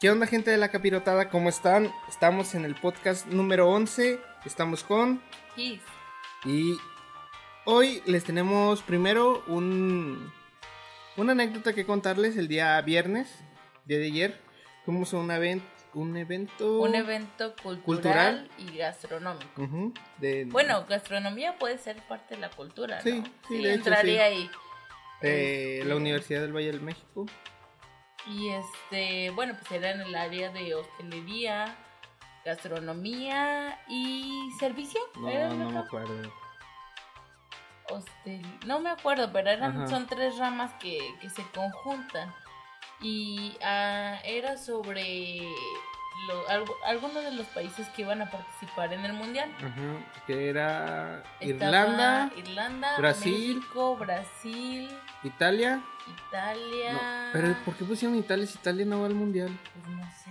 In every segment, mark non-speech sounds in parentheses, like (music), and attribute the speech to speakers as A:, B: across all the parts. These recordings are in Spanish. A: ¿Qué onda gente de la capirotada? ¿Cómo están? Estamos en el podcast número 11, estamos con...
B: Gis.
A: Y hoy les tenemos primero un, una anécdota que contarles. El día viernes, día de ayer, fuimos a un, event, un evento...
B: Un evento cultural, y gastronómico.
A: Ujú, de-
B: Bueno, gastronomía puede ser parte de la cultura, ¿no?
A: Sí, sí, de hecho, sí.
B: entraría ahí.
A: de la Universidad del Valle del México.
B: Y este, bueno, pues era en el área de hostelería, gastronomía y servicio. Era
A: No,
B: una
A: no me
B: ca-
A: acuerdo.
B: hostel- no me acuerdo, pero eran,
A: Ajá.
B: son tres ramas que, que se conjuntan. Y ah, era sobre lo- algo- algunos de los países que iban a participar en el mundial.
A: Ajá, que era
B: Estaba
A: Irlanda,
B: Irlanda,
A: Brasil.
B: México, Brasil,
A: Italia.
B: Italia.
A: No, pero ¿por qué pusieron Italia si Italia no va al mundial?
B: Pues no sé.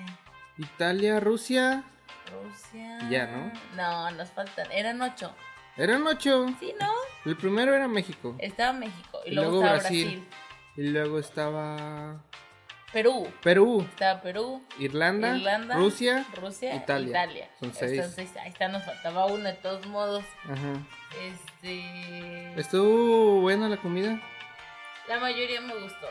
A: Italia, Rusia.
B: Rusia.
A: Y ya, ¿no?
B: No, nos faltan. Eran ocho.
A: Eran ocho.
B: Sí, ¿no?
A: El primero era México.
B: Estaba México. Y,
A: Y
B: luego,
A: luego
B: estaba
A: Brasil.
B: Brasil.
A: Y luego estaba
B: Perú.
A: Perú,
B: Estaba Perú.
A: Irlanda,
B: Irlanda,
A: Rusia.
B: Rusia,
A: Italia.
B: Italia.
A: Son
B: Están
A: seis.
B: Ahí está, nos faltaba uno de todos modos.
A: Ajá.
B: Este.
A: ¿Estuvo buena la comida?
B: La mayoría me gustó.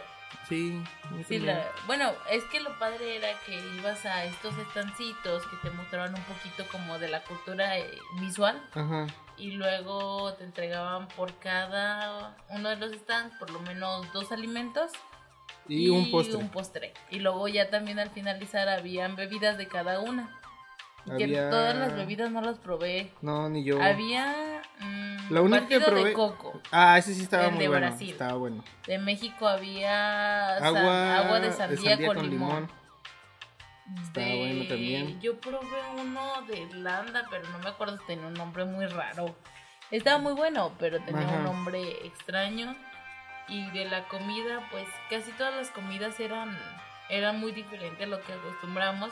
A: Sí. muy
B: Sí,
A: bien.
B: la- bueno, es que lo padre era que ibas a estos estancitos que te mostraban un poquito como de la cultura eh, visual
A: Ajá.
B: y luego te entregaban por cada uno de los stands por lo menos dos alimentos
A: Y, un postre.
B: un postre. Y luego ya también al finalizar habían bebidas de cada una. Que
A: Había-
B: todas las bebidas no las probé.
A: No, ni yo.
B: Había mm,
A: La única que
B: batido
A: probé-
B: de coco.
A: Ah, ese sí estaba
B: El
A: muy
B: de
A: bueno.
B: Brasil.
A: Estaba bueno.
B: De México había san-
A: Agua,
B: agua de sandía, con, limón.
A: Está
B: De-
A: bueno también.
B: Yo probé uno de Irlanda, pero no me acuerdo, tenía un nombre muy raro. Estaba muy bueno, pero tenía
A: Ajá.
B: un nombre extraño. Y de la comida, pues casi todas las comidas eran, eran muy diferentes a lo que acostumbramos,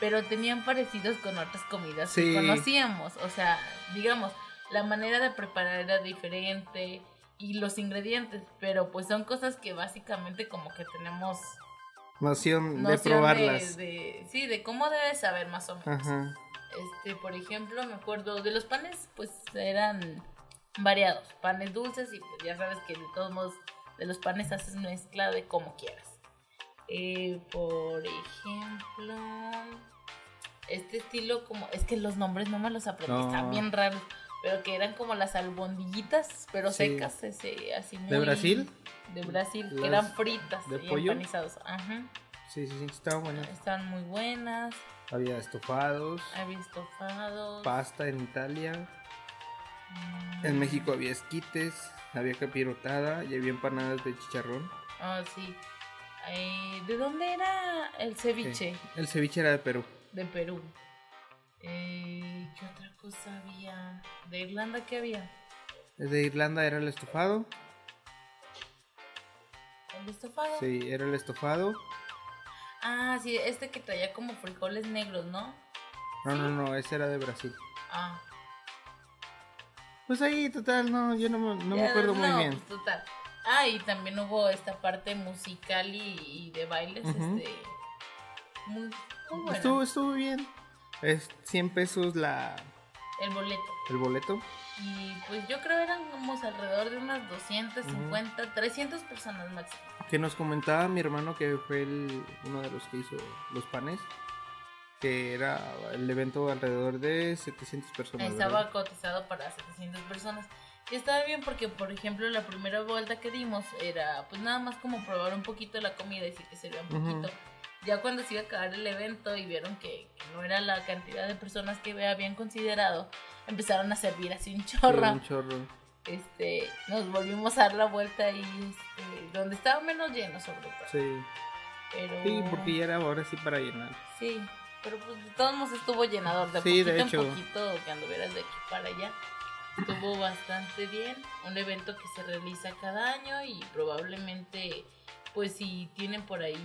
B: pero tenían parecidos con otras comidas
A: Sí.
B: que conocíamos. O sea, digamos, la manera de preparar era diferente y los ingredientes, pero pues son cosas que básicamente como que tenemos
A: Noción, de
B: noción
A: probarlas.
B: De, de- sí, de cómo debes saber más o menos.
A: Ajá.
B: Este, por ejemplo, me acuerdo de los panes, pues eran variados, panes dulces y pues ya sabes que de todos modos de los panes haces mezcla de como quieras. Eh, por ejemplo, este estilo como, es que los nombres no me los aprendí,
A: No.
B: están bien raros, pero que eran como las albondillitas, pero
A: Sí.
B: secas, ese, así muy...
A: ¿De Brasil?
B: De Brasil, que
A: Las
B: eran fritas
A: de
B: y
A: pollo.
B: empanizados. Ajá.
A: Sí, sí, sí. Estaba bueno.
B: Estaban muy buenas.
A: Había estofados.
B: Había estofados.
A: Pasta en Italia.
B: Mm.
A: En México había esquites, había capirotada y había empanadas de chicharrón.
B: Ah, sí. Eh, ¿De dónde era el ceviche?
A: Eh, El ceviche era de Perú.
B: De Perú. Eh, ¿Qué otra cosa había? ¿De Irlanda qué había?
A: El de Irlanda era el estofado.
B: ¿El estofado?
A: Sí, era el estofado.
B: Ah, sí, este que traía como frijoles negros, ¿no?
A: No, no, no, ese era de Brasil.
B: Ah.
A: Pues ahí, total, no, yo no, me- no me
B: Ya,
A: acuerdo muy
B: no,
A: bien.
B: pues, total. Ah, y también hubo esta parte musical y, y de bailes,
A: Ujú.
B: este. Muy, muy buena.
A: Estuvo, estuvo bien. Es 100 pesos la,
B: El boleto.
A: el boleto.
B: Y pues yo creo eran como alrededor de unas 250, 300 personas máximo.
A: Que nos comentaba mi hermano que fue el- uno de los que hizo los panes. Que era el evento alrededor de 700 personas. ¿verdad?
B: Estaba cotizado para 700 personas. Y estaba bien porque, por ejemplo, la primera vuelta que dimos era pues nada más como probar un poquito la comida y sí que servía un
A: Ujú.
B: poquito. Ya cuando se iba a acabar el evento y vieron que, que no era la cantidad de personas que habían considerado, empezaron a servir así un
A: Sí,
B: chorro.
A: Un chorro.
B: Este, nos volvimos a dar la vuelta y este, donde estaba menos lleno sobre todo.
A: Sí.
B: Pero...
A: Sí, porque ya era ahora sí para llenar.
B: Sí, pero pues de todos modos estuvo llenador de
A: Sí,
B: poquito
A: de hecho.
B: en poquito que anduvieras de aquí para allá. Estuvo bastante bien, un evento que se realiza cada año y probablemente pues si tienen por ahí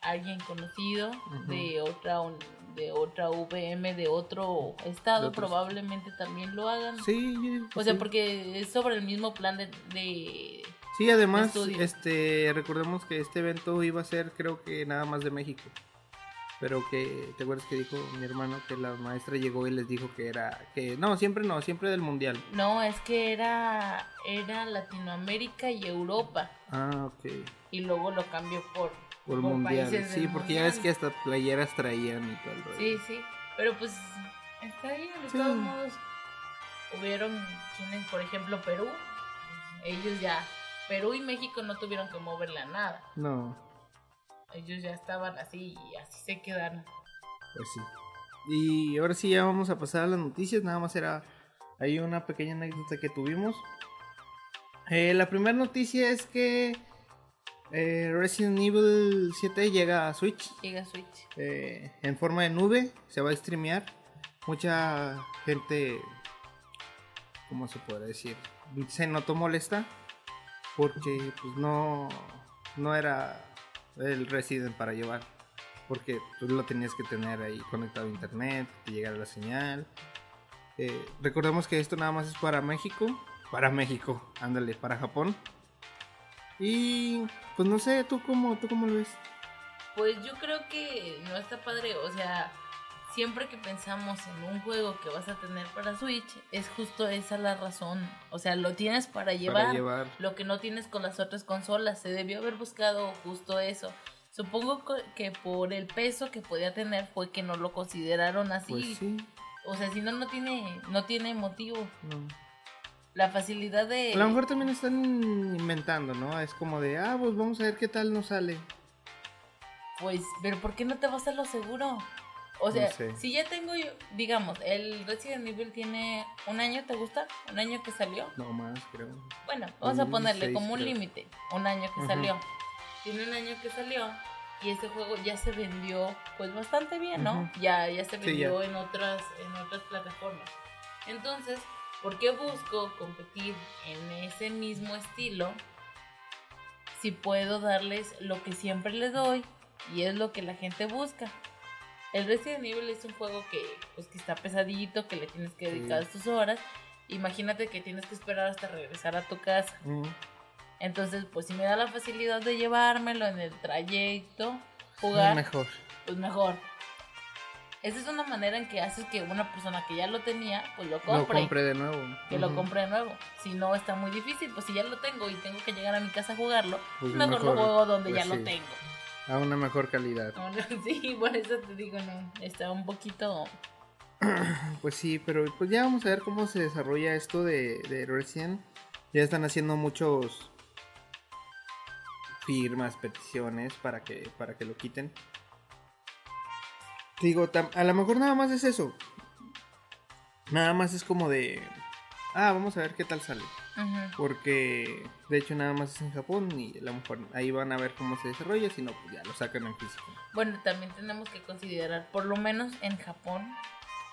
B: alguien conocido
A: Ujú.
B: de otra un- de otra VM de otro estado,
A: De otro-
B: probablemente también lo hagan.
A: Sí, yo digo que
B: O sea,
A: sí.
B: porque es sobre el mismo plan de, de-
A: Sí, además,
B: estudio.
A: este, recordemos que este evento iba a ser creo que nada más de México. pero que te acuerdas que dijo mi hermano que la maestra llegó y les dijo que era que no, siempre no, siempre del mundial.
B: No, es que era, era Latinoamérica y Europa.
A: Ah, ok.
B: Y luego lo cambió por,
A: Por, mundial. Sí, porque ya ves que hasta playeras traían y todo el rollo.
B: Sí, sí. Pero pues está bien, de
A: Sí.
B: todos modos. Hubieron quienes, por ejemplo, Perú. Ellos ya. Perú y México no tuvieron que moverla nada.
A: No,
B: Ellos ya estaban así y así se quedaron.
A: pues sí. Y ahora sí ya vamos a pasar a las noticias, nada más era hay una pequeña anécdota que tuvimos. Eh, la primera noticia es que eh, Resident Evil 7 llega a Switch.
B: Llega Switch.
A: eh, en forma de nube, se va a streamear. Mucha gente, ¿cómo se puede decir? Se notó molesta porque pues no, no era el Resident para llevar. Porque tú lo tenías que tener ahí conectado a internet, que te llegara la señal. Eh, recordemos que esto nada más es para México. Para México, ándale, para Japón. Y pues no sé, ¿tú cómo, tú cómo lo ves?
B: Pues yo creo que no está padre, o sea, siempre que pensamos en un juego que vas a tener para Switch, es justo esa la razón. O sea, lo tienes para llevar,
A: Para llevar.
B: lo que no tienes con las otras consolas. Se debió haber buscado justo eso. Supongo co- que por el peso que podía tener fue que no lo consideraron así.
A: Pues sí.
B: O sea, si no, no tiene, no tiene motivo.
A: No.
B: La facilidad de...
A: A lo mejor también están inventando, ¿no? Es como de, ah, pues vamos a ver qué tal nos sale.
B: Pues, pero ¿por qué no te vas a lo seguro? O sea,
A: No sé.
B: si ya tengo yo, digamos, el Resident Evil tiene un año, ¿te gusta? Un año que salió.
A: No más, creo.
B: Bueno, vamos a ponerle
A: 2016,
B: como un
A: creo.
B: límite, un año que
A: Ujú.
B: salió. Tiene un año que salió y ese juego ya se vendió pues bastante bien, ¿no?
A: Ujú.
B: Ya ya se
A: Sí,
B: vendió en otras en otras plataformas. Entonces, ¿por qué busco competir en ese mismo estilo si puedo darles lo que siempre les doy y es lo que la gente busca? El Resident Evil es un juego que pues que está pesadito, que le tienes que
A: Sí.
B: dedicar tus horas. Imagínate que tienes que esperar hasta regresar a tu casa.
A: Mm,
B: Entonces, pues si me da la facilidad de llevármelo en el trayecto,
A: es
B: jugar,
A: Mejor.
B: pues mejor. Esa es una manera en que haces que una persona que ya lo tenía, pues lo
A: Lo
B: compre,
A: compré de nuevo.
B: que
A: Ujú.
B: lo compre de nuevo. Si no, está muy difícil, pues si ya lo tengo y tengo que llegar a mi casa a jugarlo,
A: Pues
B: mejor,
A: mejor,
B: lo juego donde
A: pues
B: ya lo
A: sí.
B: tengo.
A: A una mejor calidad.
B: No, no, (laughs) sí, por eso te digo, no, está un poquito...
A: Pues sí, pero pues ya vamos a ver cómo se desarrolla esto de, de Resident. Ya están haciendo muchos firmas, peticiones para que, para que lo quiten. Te Digo, tam- a lo mejor nada más es eso. Nada más es como de... Ah, vamos a ver qué tal sale.
B: Ujú.
A: Porque de hecho nada más es en Japón y a lo mejor ahí van a ver cómo se desarrolla, si no, pues ya lo sacan en físico.
B: Bueno, también tenemos que considerar, por lo menos en Japón,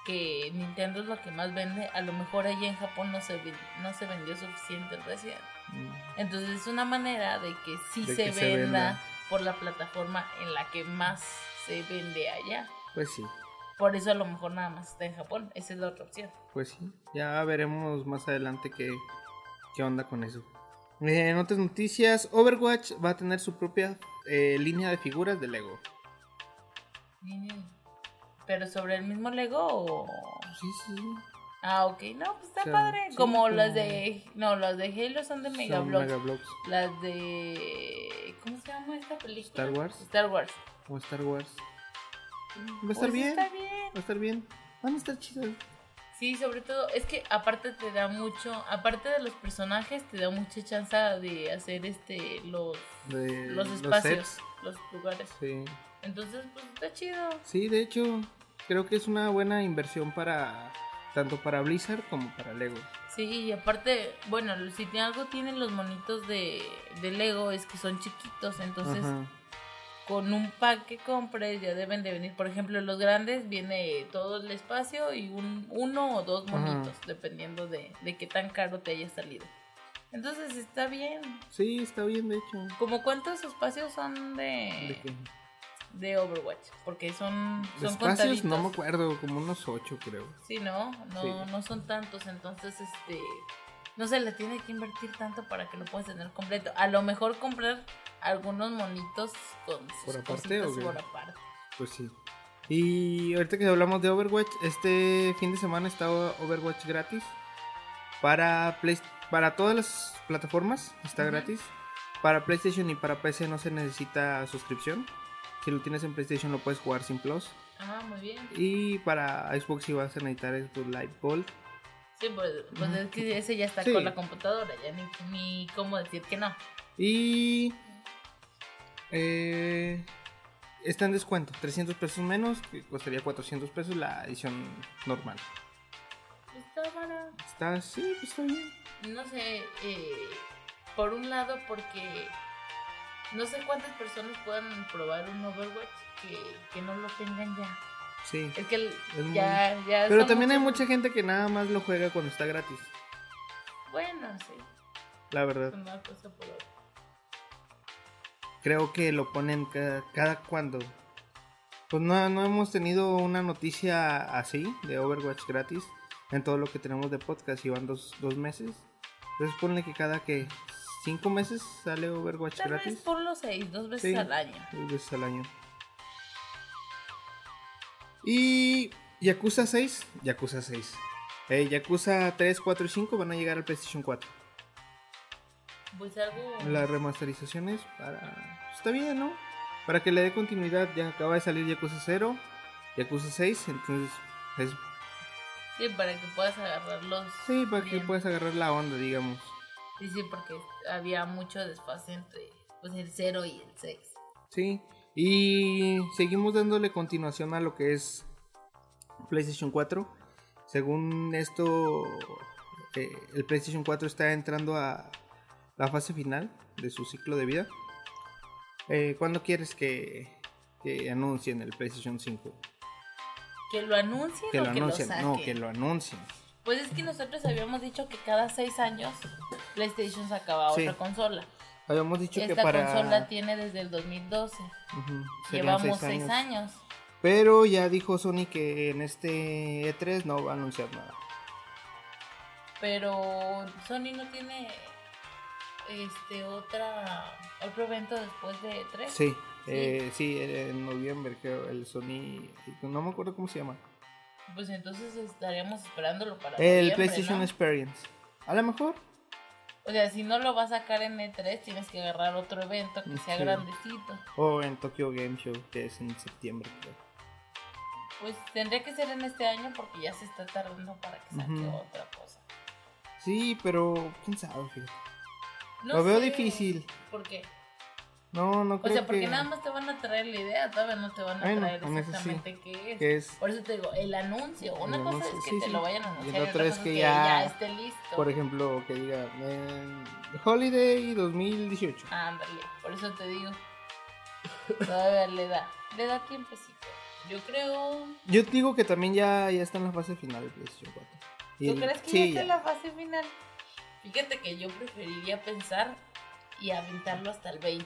B: que Nintendo es lo que más vende. A lo mejor allí en Japón no se, vi- no se vendió suficiente el Resident.
A: Mm.
B: Entonces es una manera de que sí
A: De
B: se,
A: que se
B: venda
A: venda.
B: por la plataforma en la que más se vende allá.
A: Pues sí,
B: Por eso a lo mejor nada más está en Japón. Esa es la otra opción.
A: pues sí. Ya veremos más adelante qué, qué onda con eso. Eh, en otras noticias, Overwatch va a tener su propia eh, línea de figuras de Lego.
B: Pero sobre el mismo Lego o...
A: Sí, sí.
B: Ah, ok. No, pues está
A: O sea,
B: padre.
A: sí,
B: como
A: como-
B: las de... No, las de Halo son de
A: Son
B: Megablocks.
A: Megablocks.
B: Las de. ¿Cómo se llama esta película?
A: Star Wars.
B: Star Wars.
A: O Star Wars.
B: Va
A: a estar bien.
B: Está bien.
A: Va a estar bien. Van a estar chidos.
B: Sí, sobre todo, es que aparte te da mucho. Aparte de los personajes, te da mucha chance de hacer este los,
A: De-
B: los
A: Eh,
B: espacios,
A: sets.
B: los, lugares.
A: Sí.
B: Entonces, pues está chido.
A: Sí, de hecho, creo que es una buena inversión para tanto para Blizzard como para Lego.
B: Sí, y aparte, bueno, si tiene algo tienen los monitos de, de Lego es que son chiquitos, entonces
A: Ajá.
B: con un pack que compres ya deben de venir. Por ejemplo, los grandes viene todo el espacio y un, uno o dos
A: Ajá.
B: monitos, dependiendo de, de qué tan caro te haya salido. Entonces está bien.
A: Sí, está bien, de hecho.
B: ¿Como cuántos espacios son
A: ¿De
B: de,
A: qué?
B: de Overwatch? Porque eh, son,
A: De
B: son
A: espacios
B: contaditos.
A: no me acuerdo, como unos ocho creo.
B: Sí, no, no,
A: Sí.
B: no son tantos. Entonces, este, no se le tiene que invertir tanto para que lo puedas tener completo. A lo mejor comprar algunos monitos con sus
A: ¿Por aparte o
B: cositas
A: qué?
B: por aparte.
A: Pues sí. Y ahorita que hablamos de Overwatch, este fin de semana está Overwatch gratis para Play- para todas las plataformas, está
B: Ujú.
A: gratis. Para PlayStation y para PC no se necesita suscripción. Si lo tienes en PlayStation lo puedes jugar sin Plus.
B: Ah, muy bien.
A: Y para Xbox si vas a necesitar Xbox Live Gold.
B: Sí, pues, pues
A: Ujú.
B: es que ese ya está
A: Sí.
B: con la computadora, ya ni, ni cómo decir que no.
A: Y eh, está en descuento, 300 pesos menos, que costaría 400 pesos la edición normal.
B: Está barato.
A: Está sí, pues está bien.
B: no sé, eh, por un lado porque no sé cuántas personas puedan probar un Overwatch que, que no lo tengan ya.
A: Sí.
B: Es que el-
A: muy-
B: ya, ya...
A: Pero
B: son
A: también hay
B: muchos-
A: mucha gente que nada más lo juega cuando está gratis,
B: Bueno, sí,
A: la verdad.
B: una cosa por otra.
A: Creo que lo ponen cada, cada cuando. Pues no, no hemos tenido una noticia así de Overwatch gratis en todo lo que tenemos de podcast y van dos, dos meses. Entonces ponle que cada que cinco meses sale Overwatch
B: Tal
A: gratis.
B: vez por los seis, dos veces
A: Sí.
B: al año.
A: dos veces al año. Y Yakuza 6, Yakuza 6. Eh, Yakuza 3, 4 y 5 van a llegar al PlayStation 4.
B: Pues algo...
A: Las remasterizaciones para... pues, Está bien, ¿no? Para que le dé continuidad, ya acaba de salir Yakuza 0, Yakuza 6, entonces es...
B: Sí, para que puedas agarrarlos.
A: Sí, para que
B: bien.
A: puedas agarrar la onda, digamos.
B: Sí, sí, porque había mucho desfase entre pues, el 0 y el 6.
A: Sí. Y seguimos dándole continuación a lo que es PlayStation 4. Según esto, eh, el PlayStation 4 está entrando a la fase final de su ciclo de vida. Eh, ¿Cuándo quieres que, que anuncien el PlayStation 5?
B: Que lo anuncien
A: Que
B: o
A: lo
B: que
A: anuncien.
B: lo saquen.
A: no, que lo anuncien.
B: Pues es que nosotros habíamos dicho que cada seis años PlayStation sacaba
A: Sí.
B: otra consola.
A: Habíamos dicho que
B: Esta
A: para.
B: consola tiene desde el 2012.
A: Ujú, serían
B: Llevamos seis
A: años.
B: años.
A: Pero ya dijo Sony que en este E3 no va a anunciar nada.
B: Pero Sony no tiene este otra otro evento después de tres.
A: Sí,
B: Sí.
A: eh, sí, eh, en noviembre creo, el Sony, no me acuerdo cómo se llama.
B: Pues entonces estaríamos esperándolo para
A: El
B: noviembre,
A: PlayStation
B: ¿no?
A: Experience. A lo mejor,
B: O sea, si no lo vas a sacar en E3, tienes que agarrar otro evento que sea
A: Sí.
B: grandecito.
A: o en Tokyo Game Show, que es en septiembre. creo.
B: Pues tendría que ser en este año porque ya se está tardando para que saque
A: Ujú.
B: otra cosa.
A: Sí, pero quién sabe, fíjate.
B: No
A: Lo veo
B: sé,
A: difícil.
B: ¿Por qué?
A: No, no
B: O
A: creo
B: sea, porque
A: que,
B: nada más te van a traer la idea, todavía no te van a
A: Bueno,
B: traer
A: en eso sí.
B: exactamente qué es.
A: que es,
B: Por eso te digo, el anuncio. Una
A: El
B: cosa
A: anuncio,
B: es que
A: sí,
B: te
A: sí.
B: lo vayan a
A: Y
B: anunciar
A: la
B: y otra
A: otra es
B: cosa es
A: que
B: que
A: ya-
B: ya, esté listo.
A: por ejemplo, que diga eh, Holiday 2018.
B: Ándale, por eso te digo. Todavía le da, le da tiempecito. Yo creo...
A: Yo digo que también ya, ya está en la fase final del PlayStation 4. Y
B: ¿Tú
A: el-
B: crees que
A: sí,
B: ya está la fase final? Fíjate que yo preferiría pensar y aventarlo hasta el 20.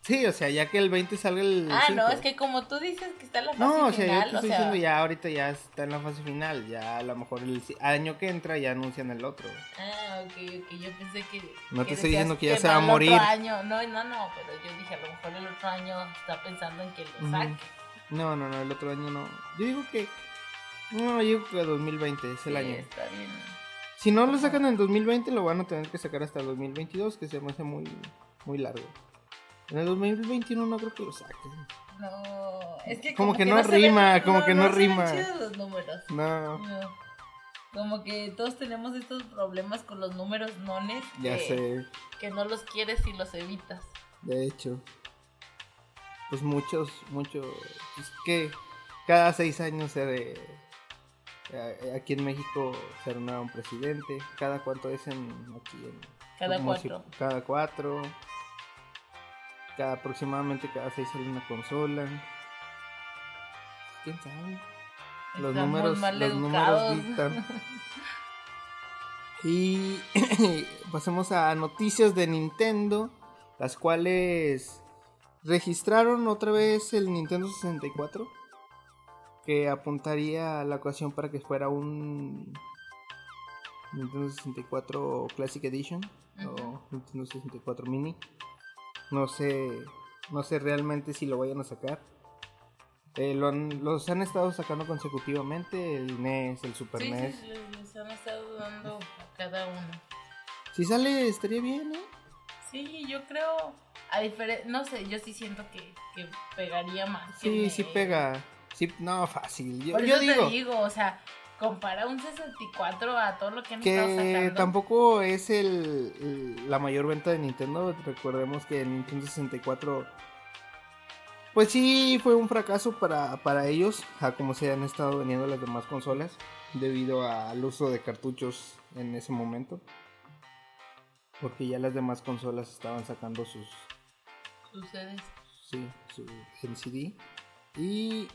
A: Sí, o sea, ya que el 20 salga el
B: ah, no,
A: cinco.
B: es que como tú dices que está en la fase
A: No, o sea, yo
B: final,
A: te
B: o
A: estoy
B: sea,
A: diciendo ya ahorita ya está en la fase final, ya a lo mejor el si- año que entra ya anuncian el otro.
B: Ah, ok, ok, yo pensé que...
A: No te estoy
B: que decías
A: diciendo que ya se
B: para
A: va a
B: el otro
A: morir.
B: año. No, no, no, pero yo dije, a lo mejor el otro año está pensando en que lo
A: Ujú.
B: saque.
A: No, no, no, el otro año no. Yo digo que no, yo digo que 2020 es el
B: Sí,
A: año.
B: Está bien.
A: Si no lo sacan en 2020 lo van a tener que sacar hasta el 2022, que se me hace muy muy largo. En el 2021 no creo que lo saquen.
B: No, es que...
A: Como que no
B: se ven-
A: rima, como que no
B: se ven
A: rima.
B: chidos los números.
A: No,
B: No. Como que todos tenemos estos problemas con los números nones.
A: ya
B: que,
A: sé,
B: que no los quieres y los evitas.
A: de hecho. Pues muchos, muchos, es que cada seis años se de- a- aquí en México se renueva un presidente. Cada cuánto es en aquí en
B: Cada
A: como si-
B: cuatro.
A: cada cuatro. Cada aproximadamente cada seis sale una consola. Pues, ¿Quién sabe? Los
B: Estamos
A: números,
B: mal
A: los
B: educados.
A: números
B: (laughs)
A: dictan. Y (clears throat) pasemos a noticias de Nintendo, las cuales registraron otra vez el Nintendo 64, que apuntaría a la ocasión para que fuera un Nintendo 64 Classic Edition
B: Ujú.
A: o Nintendo 64 Mini. No sé, no sé realmente si lo vayan a sacar. Eh, lo han- los han estado sacando consecutivamente, el NES, el Super E
B: Sí,
A: NES.
B: sí, les, les han estado dando a cada uno.
A: Si sale, estaría bien, ¿eh?
B: Sí, yo creo, a diferencia, no sé, yo sí siento que, que pegaría más. que
A: Sí,
B: me-
A: sí pega. Sí, no, fácil. Yo,
B: Por
A: yo
B: eso
A: digo
B: te digo, o sea, compara un 64 a todo lo que han estado
A: que
B: sacando.
A: tampoco es el, el- la mayor venta de Nintendo. Recordemos que el Nintendo 64, pues sí, fue un fracaso para, para ellos, a como se han estado vendiendo las demás consolas, debido al uso de cartuchos en ese momento. Porque ya las demás consolas estaban sacando sus,
B: Sucede.
A: Sí, su, en CD. Y.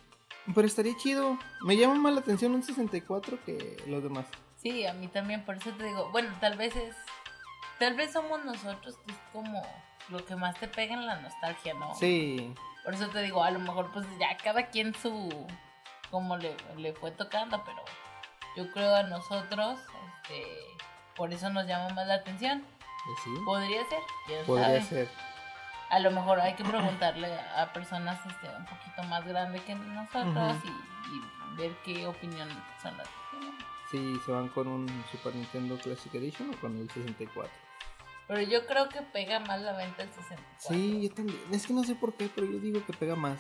A: Pero estaría chido. Me llama más la atención un 64 que los demás.
B: Sí, a mí también, por eso te digo, bueno, tal vez es, tal vez somos nosotros que es como lo que más te pega en la nostalgia, ¿no?
A: Sí.
B: Por eso te digo, a lo mejor pues ya cada quien su, como le, le fue tocando, pero yo creo a nosotros, este, por eso nos llama más la atención.
A: pues sí.
B: Podría ser, quién
A: Podría
B: sabe.
A: ser.
B: A lo mejor hay que preguntarle a personas este, un poquito más grandes que nosotros
A: Ujú.
B: y, y ver qué opinión son las que tienen.
A: Si se van con un Super Nintendo Classic Edition o con el 64.
B: Pero yo creo que pega más la venta el 64.
A: Sí, yo también. Es que no sé por qué, pero yo digo que pega más.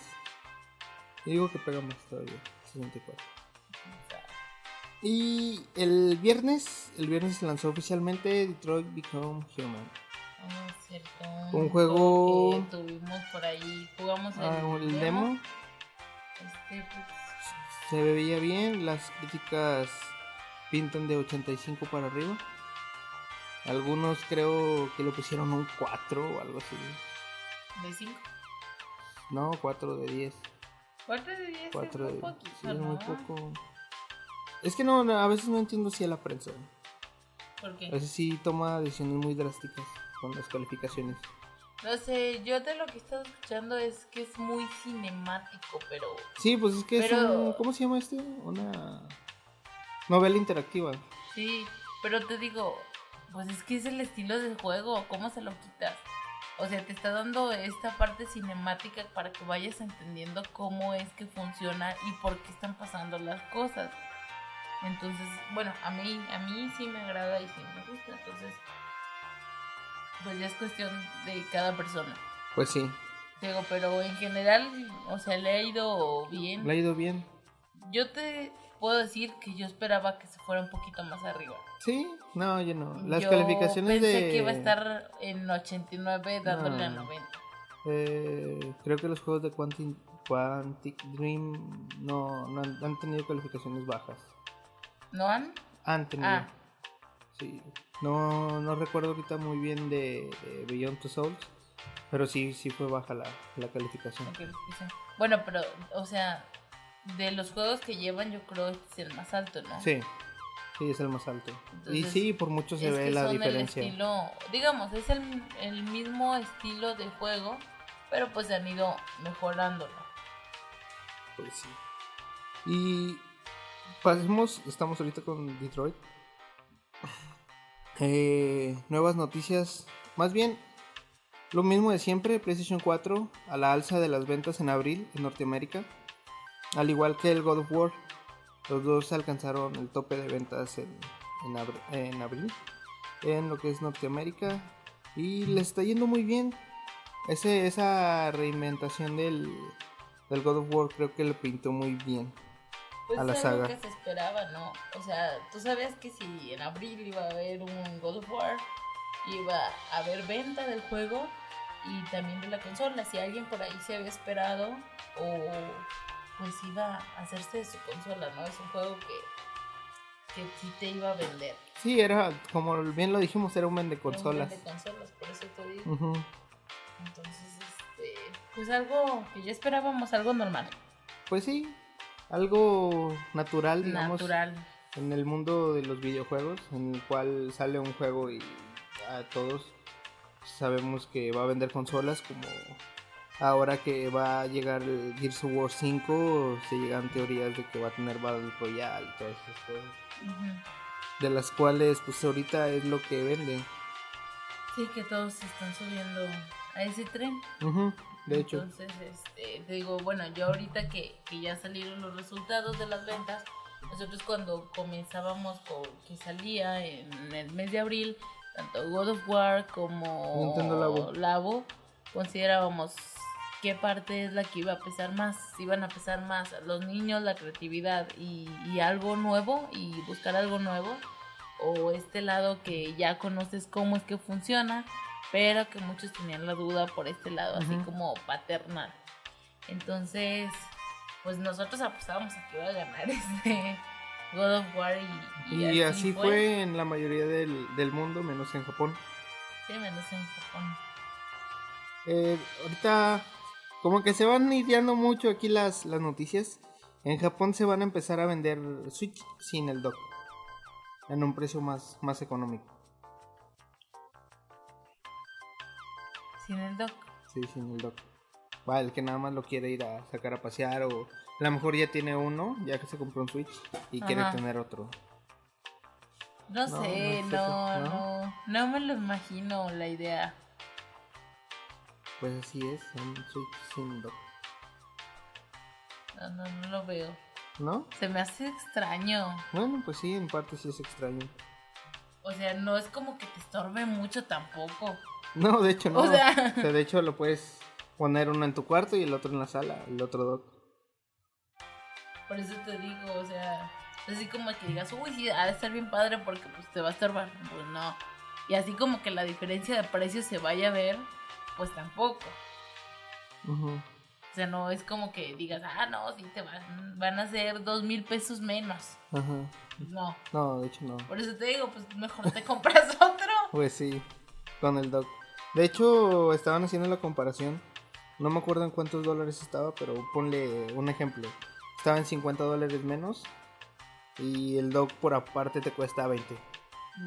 A: Yo digo que pega más todavía. 64.
B: O sea,
A: Y el viernes, el viernes se lanzó oficialmente Detroit Become Human.
B: ah, no es cierto,
A: Un juego-
B: que tuvimos por ahí, jugamos
A: Ah, el demo
B: Este, pues,
A: Se veía bien, las críticas pintan de 85 para arriba. Algunos creo que le pusieron un 4 o algo así.
B: de 5.
A: No, 4 de 10.
B: 4 de 10
A: 4
B: es
A: de
B: muy
A: 10.
B: poquito,
A: Sí,
B: ¿no?
A: muy poco. Es que no, no, a veces no entiendo si a la prensa.
B: ¿Por qué?
A: A veces sí toma decisiones muy drásticas con las calificaciones.
B: No sé, yo de lo que he estado escuchando es que es muy cinemático, pero
A: Sí, pues es que es
B: Pero-
A: un. ¿Cómo se llama este? Una. Novela interactiva.
B: Sí, pero te digo, pues es que es el estilo del juego, ¿cómo se lo quitas? O sea, te está dando esta parte cinemática para que vayas entendiendo cómo es que funciona y por qué están pasando las cosas. Entonces, bueno, a mí, a mí sí me agrada y sí me gusta, entonces, pues ya es cuestión de cada persona.
A: Pues sí,
B: Te Digo, pero en general, o sea, le ha ido bien.
A: le ha ido bien.
B: Yo te puedo decir que yo esperaba que se fuera un poquito más arriba.
A: Sí, no, yo no. Las
B: Yo
A: calificaciones
B: pensé
A: de.
B: que iba a estar en 89 dándole a
A: No.
B: 90.
A: Eh, creo que los juegos de Quantic, Quantic Dream no, no han, han tenido calificaciones bajas.
B: ¿No han?
A: Han tenido.
B: Ah.
A: Sí. No, no recuerdo ahorita muy bien de, de Beyond Two Souls, pero sí, sí fue baja la, la calificación.
B: Ok, sí. Bueno, pero, o sea, de los juegos que llevan, yo creo que este es el más alto, ¿no?
A: Sí, sí, es el más alto. y
B: Entonces,
A: sí, por mucho se
B: es
A: ve
B: que
A: la
B: son
A: diferencia.
B: el estilo, digamos, es el, el mismo estilo de juego, pero pues han ido mejorándolo.
A: Pues sí. Y pasemos, estamos ahorita con Detroit. Eh, nuevas noticias, más bien lo mismo de siempre, PlayStation 4 a la alza de las ventas en abril en Norteamérica, al igual que el God of War, los dos alcanzaron el tope de ventas en, en abr- en abril en lo que es Norteamérica y les está yendo muy bien. Ese, esa reinventación del, del God of War creo que le pintó muy bien.
B: Pues
A: a la
B: es algo
A: saga.
B: que se esperaba, ¿no? O sea, tú sabías que si en abril iba a haber un God of War, iba a haber venta del juego y también de la consola. Si alguien por ahí se había esperado, o pues iba a hacerse de su consola, ¿no? Es un juego que, que sí te iba a vender.
A: Sí, era, como bien lo dijimos, era un vende
B: Era un
A: consolas.
B: vende consolas, por eso te digo.
A: Ujú.
B: Entonces, este, pues algo que ya esperábamos, algo normal,
A: Pues sí, algo natural, digamos,
B: natural.
A: en el mundo de los videojuegos, en el cual sale un juego y a todos sabemos que va a vender consolas, como ahora que va a llegar el Gears of War 5, se llegan teorías de que va a tener Battle Royale y todas esas cosas,
B: Ujú.
A: de las cuales pues ahorita es lo que vende.
B: Sí, que todos se están subiendo a ese tren.
A: Ujú. de hecho.
B: Entonces, este, te digo, bueno, yo ahorita que, que ya salieron los resultados de las ventas, nosotros cuando comenzábamos con que salía en el mes de abril, tanto God of War como
A: Nintendo Labo.
B: Labo, considerábamos qué parte es la que iba a pesar más, si iban a pesar más los niños, la creatividad y, y algo nuevo y buscar algo nuevo, o este lado que ya conoces cómo es que funciona, pero que muchos tenían la duda por este lado, así
A: Ujú.
B: como paternal. Entonces, pues nosotros apostábamos a que iba a ganar (laughs) este God of War y,
A: Y, así fue. en la mayoría del, del mundo, menos en Japón.
B: Sí, menos en Japón.
A: Eh, ahorita, como que se van ideando mucho aquí las, las noticias. En Japón se van a empezar a vender Switch sin el dock. En un precio más, más económico.
B: Sin el doc.
A: Sí, sin el dock. Va, el que nada más lo quiere ir a sacar a pasear o a lo mejor ya tiene uno, ya que se compró un Switch y quiere
B: Ajá.
A: tener otro.
B: No,
A: No,
B: sé,
A: no es
B: no,
A: eso,
B: no,
A: ¿no?
B: no. me lo imagino la idea.
A: Pues así es, un Switch sin dock.
B: No, no, no lo veo.
A: ¿No?
B: Se me hace extraño.
A: Bueno, pues sí, en parte sí es extraño.
B: O sea, no es como que te estorbe mucho tampoco.
A: No, de hecho no.
B: O sea-
A: O sea, de hecho lo puedes poner uno en tu cuarto y el otro en la sala, el otro dock.
B: Por eso te digo, o sea, así como que digas, uy, sí, ha de estar bien padre porque pues te va a estorbar. Pues no. Y así como que la diferencia de precio se vaya a ver, pues tampoco.
A: Ujú.
B: O sea, no es como que digas, ah, no, sí, te van, van a ser dos mil pesos menos.
A: Ajá.
B: No.
A: No, de hecho no.
B: Por eso te digo, pues mejor te (laughs) compras otro.
A: Pues sí, con el dock. De hecho, estaban haciendo la comparación. No me acuerdo en cuántos dólares estaba, pero ponle un ejemplo. Estaba en 50 dólares menos. Y el dock por aparte te cuesta 20.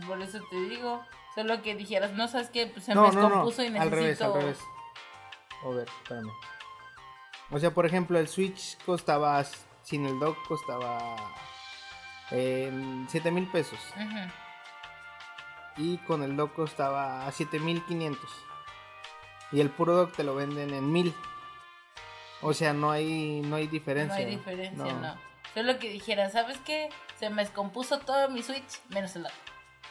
B: Por eso te digo. Solo que dijeras, no sabes qué, pues se me
A: No, no, no.
B: descompuso y necesito.
A: Al revés, al revés. A ver, espérame. O sea, por ejemplo, el Switch costaba, sin el dock, costaba eh, 7 mil pesos.
B: Ujú.
A: Y con el dock costaba 7 mil 500. Y el puro dock te lo venden en 1000. O sea, no hay, no hay
B: No
A: diferencia.
B: hay diferencia, no. Solo que dijera, ¿sabes qué? Se me descompuso todo mi Switch, menos el dock.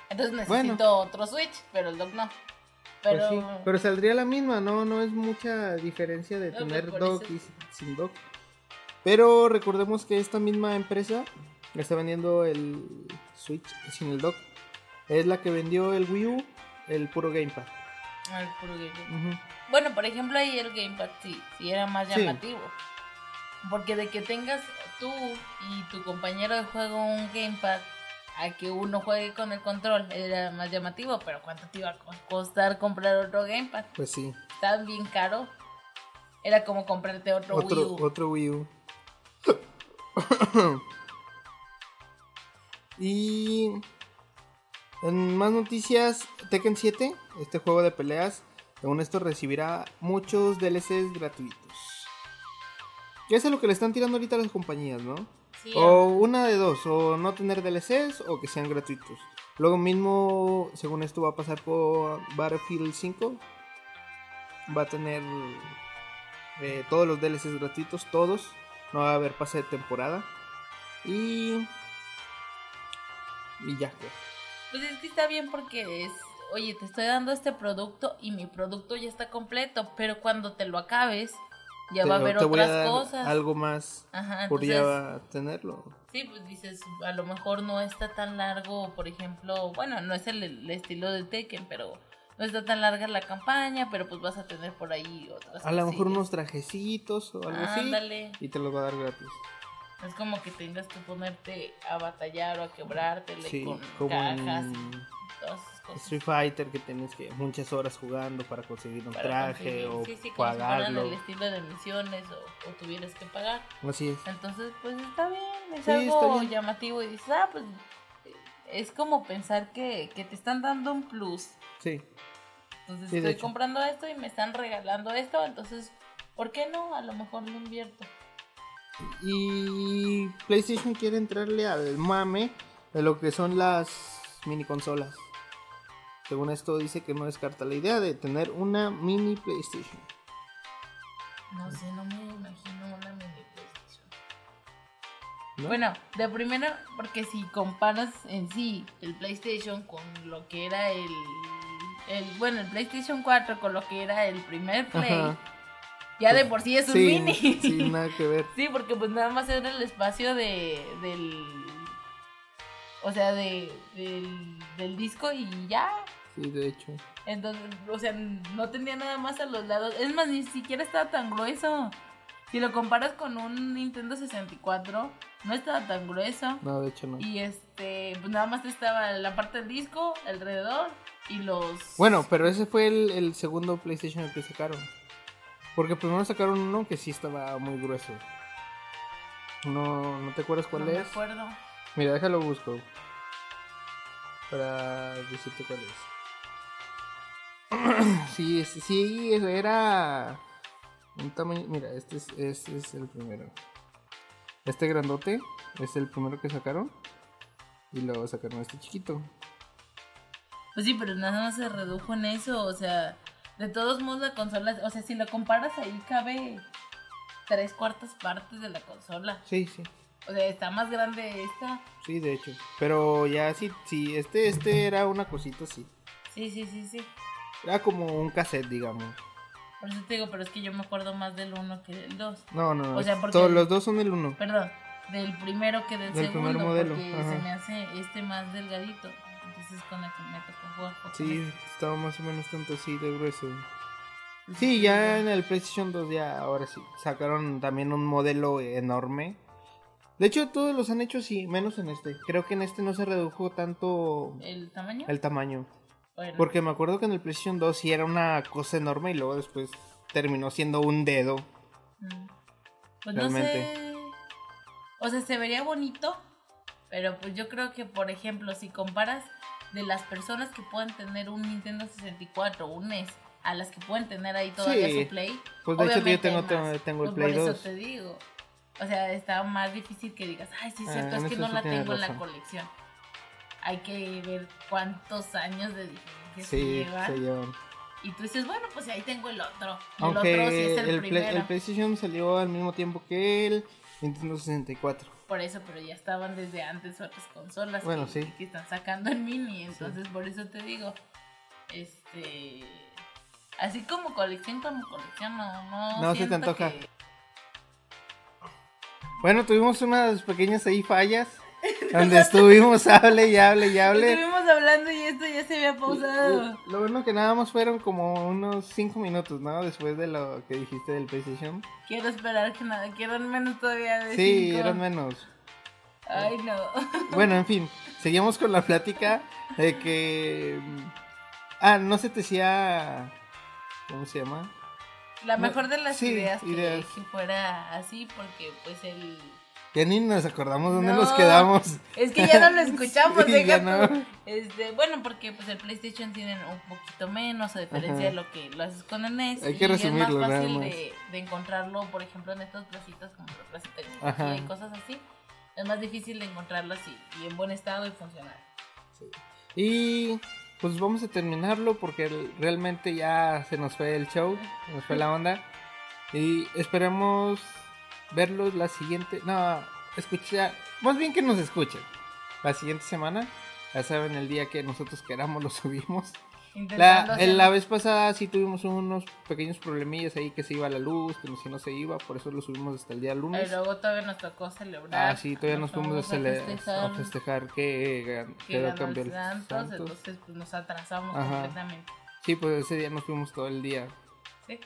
B: Entonces
A: Bueno.
B: necesito otro Switch, pero el dock no.
A: Pues
B: Pero,
A: sí, pero saldría la misma, no, no es mucha diferencia de
B: No, pues
A: tener
B: por
A: dock
B: eso.
A: y sin- sin dock. Pero recordemos que esta misma empresa que está vendiendo el Switch sin el dock es la que vendió el Wii U, el puro gamepad.
B: Ay, puro Gamepad.
A: Ujú.
B: Bueno, por ejemplo, ahí el Gamepad sí, sí era más
A: Sí.
B: llamativo. Porque de que tengas tú y tu compañero de juego un Gamepad a que uno juegue con el control era más llamativo, pero ¿cuánto te iba a co- costar comprar otro Gamepad?
A: Pues sí,
B: Estaba bien caro. Era como comprarte otro,
A: otro,
B: Wii U.
A: otro Wii U. (coughs) y en más noticias, Tekken 7, este juego de peleas, según esto recibirá muchos DLCs gratuitos. Ya es a lo que le están tirando ahorita a las compañías, ¿no?
B: Sí,
A: O una de dos, o no tener DLCs o que sean gratuitos. Luego mismo, según esto, va a pasar por Battlefield 5. Va a tener eh, todos los DLCs gratuitos, todos. No va a haber pase de temporada. Y... Y ya. creo.
B: Pues es que está bien porque es, oye, te estoy dando este producto y mi producto ya está completo, pero cuando te lo acabes, ya va a
A: Pero
B: haber
A: te voy
B: otras
A: dar
B: cosas.
A: Algo más
B: Ajá,
A: por
B: entonces,
A: ya va a tenerlo.
B: sí, pues dices, a lo mejor no está tan largo, por ejemplo, bueno, no es el, el estilo de Tekken, pero no está tan larga la campaña, pero pues vas a tener por ahí otras
A: A lo mejor
B: cosillas.
A: unos trajecitos o algo así.
B: pues, Ándale.
A: Y te los va a dar gratis.
B: No es como que tengas que ponerte a batallar o a quebrártele
A: Sí,
B: con
A: como
B: cajas
A: en-
B: y todas esas cosas.
A: Street Fighter que tienes que muchas horas jugando para conseguir un
B: para
A: traje
B: conseguir.
A: o
B: Sí, sí, como si fueran
A: pagarlo.
B: el estilo de misiones o, o tuvieras que pagar.
A: Así es.
B: Entonces, pues está bien, es
A: Sí,
B: algo
A: está bien.
B: llamativo y dices, ah, pues eh, es como pensar que, que te están dando un plus.
A: Sí.
B: Entonces,
A: Sí, de
B: estoy
A: hecho.
B: comprando esto y me están regalando esto, entonces, ¿por qué no? A lo mejor lo invierto.
A: Y PlayStation quiere entrarle al mame de lo que son las mini consolas. Según esto dice que no descarta la idea de tener una mini PlayStation.
B: No sé, no me imagino una mini PlayStation.
A: ¿no?
B: Bueno, de primero, porque si comparas en sí el PlayStation con lo que era el, el bueno, el PlayStation 4 con lo que era el primer Play,
A: Ajá.
B: ya de por sí es un
A: sí,
B: mini. (laughs)
A: sí, nada que ver.
B: Sí, porque pues nada más era el espacio de del o sea, de del, del disco y ya.
A: Sí, de hecho.
B: Entonces, o sea, no tenía nada más a los lados. Es más, ni siquiera estaba tan grueso. Si lo comparas con un Nintendo 64, no estaba tan grueso.
A: No, de hecho no.
B: Y este, pues nada más estaba la parte del disco, alrededor y los.
A: Bueno, pero ese fue el, el segundo PlayStation que sacaron. Porque primero sacaron uno que sí estaba muy grueso. No, ¿no te acuerdas cuál
B: no
A: es?
B: me acuerdo.
A: Mira, déjalo busco. Para decirte cuál es. sí, es- (clears throat) sí, eso era. Un tamaño. Mira, este es, este es el primero. Este grandote es el primero que sacaron. Y luego sacaron este chiquito.
B: Pues sí, pero nada más se redujo en eso. O sea, de todos modos la consola, o sea, si lo comparas ahí cabe tres cuartas partes de la consola.
A: Sí, sí.
B: O sea, está más grande esta.
A: Sí, de hecho. Pero ya sí, sí, este, este era una cosita así.
B: Sí, sí, sí, sí.
A: Era como un cassette, digamos.
B: Por eso te digo, pero es que yo me acuerdo más del 1 que del 2.
A: No, no, no.
B: O sea,
A: es-
B: porque-
A: todos los dos son el uno.
B: Perdón, del primero que del,
A: Del
B: segundo.
A: primer modelo,
B: Porque
A: ajá.
B: se me hace este más delgadito. Entonces con la que me tocó jugar. fue con
A: Sí,
B: este.
A: estaba más o menos tanto así de grueso. Sí, ya en el PlayStation 2 ya ahora sí sacaron también un modelo enorme. De hecho, todos los han hecho así, menos en este. Creo que en este no se redujo tanto
B: ¿El tamaño?
A: el tamaño,
B: Bueno,
A: porque me acuerdo que en el PlayStation 2 sí era una cosa enorme y luego después terminó siendo un dedo.
B: mm. Pues
A: realmente.
B: no sé. O sea, se vería bonito, pero pues yo creo que, por ejemplo, si comparas de las personas que pueden tener un Nintendo 64, un NES, a las que pueden tener ahí todavía
A: Sí.
B: su Play,
A: Pues de hecho yo
B: Obviamente
A: tengo
B: hay más.
A: tengo, tengo el
B: Pues
A: Play
B: por
A: 2.
B: eso te digo. O sea, está más difícil que digas, ay, sí, es
A: Ah,
B: cierto,
A: en
B: es que
A: eso
B: no
A: sí
B: la
A: tienes
B: tengo en la
A: razón.
B: colección. Hay que ver cuántos años de diferencia se
A: Sí,
B: llevan.
A: se llevan.
B: Y tú dices, bueno, pues ahí tengo el otro. Y el otro sí
A: Aunque
B: es
A: el,
B: el,
A: Play-
B: primero.
A: el PlayStation salió al mismo tiempo que el Nintendo 64.
B: Por eso, pero ya estaban desde antes otras consolas
A: Bueno,
B: que,
A: sí.
B: que están sacando en mini. Entonces, por eso te digo, este... Así como colección, como colección, no, no,
A: No, se te
B: siento
A: antoja.
B: que-
A: Bueno, tuvimos unas pequeñas ahí
B: (laughs)
A: fallas. Donde estuvimos, hable y hable y hable. Uh,
B: Estuvimos hablando y esto ya se había pausado.
A: Lo bueno que nada más fueron como unos 5 minutos, ¿no? Después de lo que dijiste del PlayStation.
B: Quiero esperar que nada, quiero al menos todavía de
A: Sí,
B: cinco.
A: eran menos.
B: Ay, no. (laughs)
A: Bueno, en fin, seguimos con la plática de que... mm, Ah, no se te hacía... ¿Cómo se llama?
B: La
A: No,
B: mejor de las
A: sí,
B: ideas, que-
A: ideas.
B: Que, fuera así, porque pues el...
A: Ya ni nos acordamos dónde
B: No.
A: nos quedamos.
B: Es que ya no lo escuchamos,
A: (laughs) Sí,
B: deja
A: ya
B: tú.
A: no.
B: Este, bueno, porque pues el PlayStation tienen un poquito menos, a diferencia
A: Ajá.
B: de lo que lo haces con el NES.
A: Hay
B: y
A: que
B: Es
A: resumirlo,
B: más
A: nada
B: fácil
A: más.
B: de, de encontrarlo, por ejemplo, en estas placitas como la Plaza Tecnología
A: Ajá.
B: y cosas así. Es más difícil de encontrarlo así, y en buen estado y funcional.
A: Y pues vamos a terminarlo porque el- realmente ya se nos fue el show, se nos fue la onda. Y esperamos verlos la siguiente, no, escuchar, más bien que nos escuchen la siguiente semana. Ya saben, el día que nosotros queramos (laughs) lo subimos. La,
B: Intentando
A: en
B: hacer-
A: la vez pasada sí tuvimos unos pequeños problemillas ahí que se iba la luz, que no, si no se iba, por eso lo subimos hasta el día lunes.
B: Y luego todavía nos tocó celebrar.
A: Ah, sí, todavía nos fuimos a, cele- a festejar, que, gan-
B: que
A: quedó
B: ganó
A: campeón
B: el Santos,
A: Santos.
B: entonces pues nos atrasamos
A: Ajá.
B: completamente.
A: Sí, pues ese día nos fuimos todo el día.
B: ¿sí?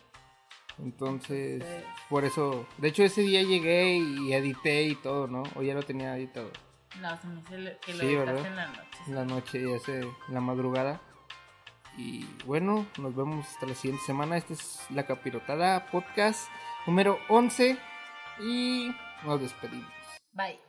A: Entonces,
B: Entonces-
A: por eso. De hecho, ese día llegué y edité y todo, ¿no? O ya lo tenía editado.
B: No, se me hizo que lo
A: Sí,
B: editaste
A: ¿verdad?
B: en la noche.
A: En la noche y hace en la madrugada. Y bueno, nos vemos hasta la siguiente semana. Esta es la Capirotada Podcast número 11. Y nos despedimos.
B: Bye.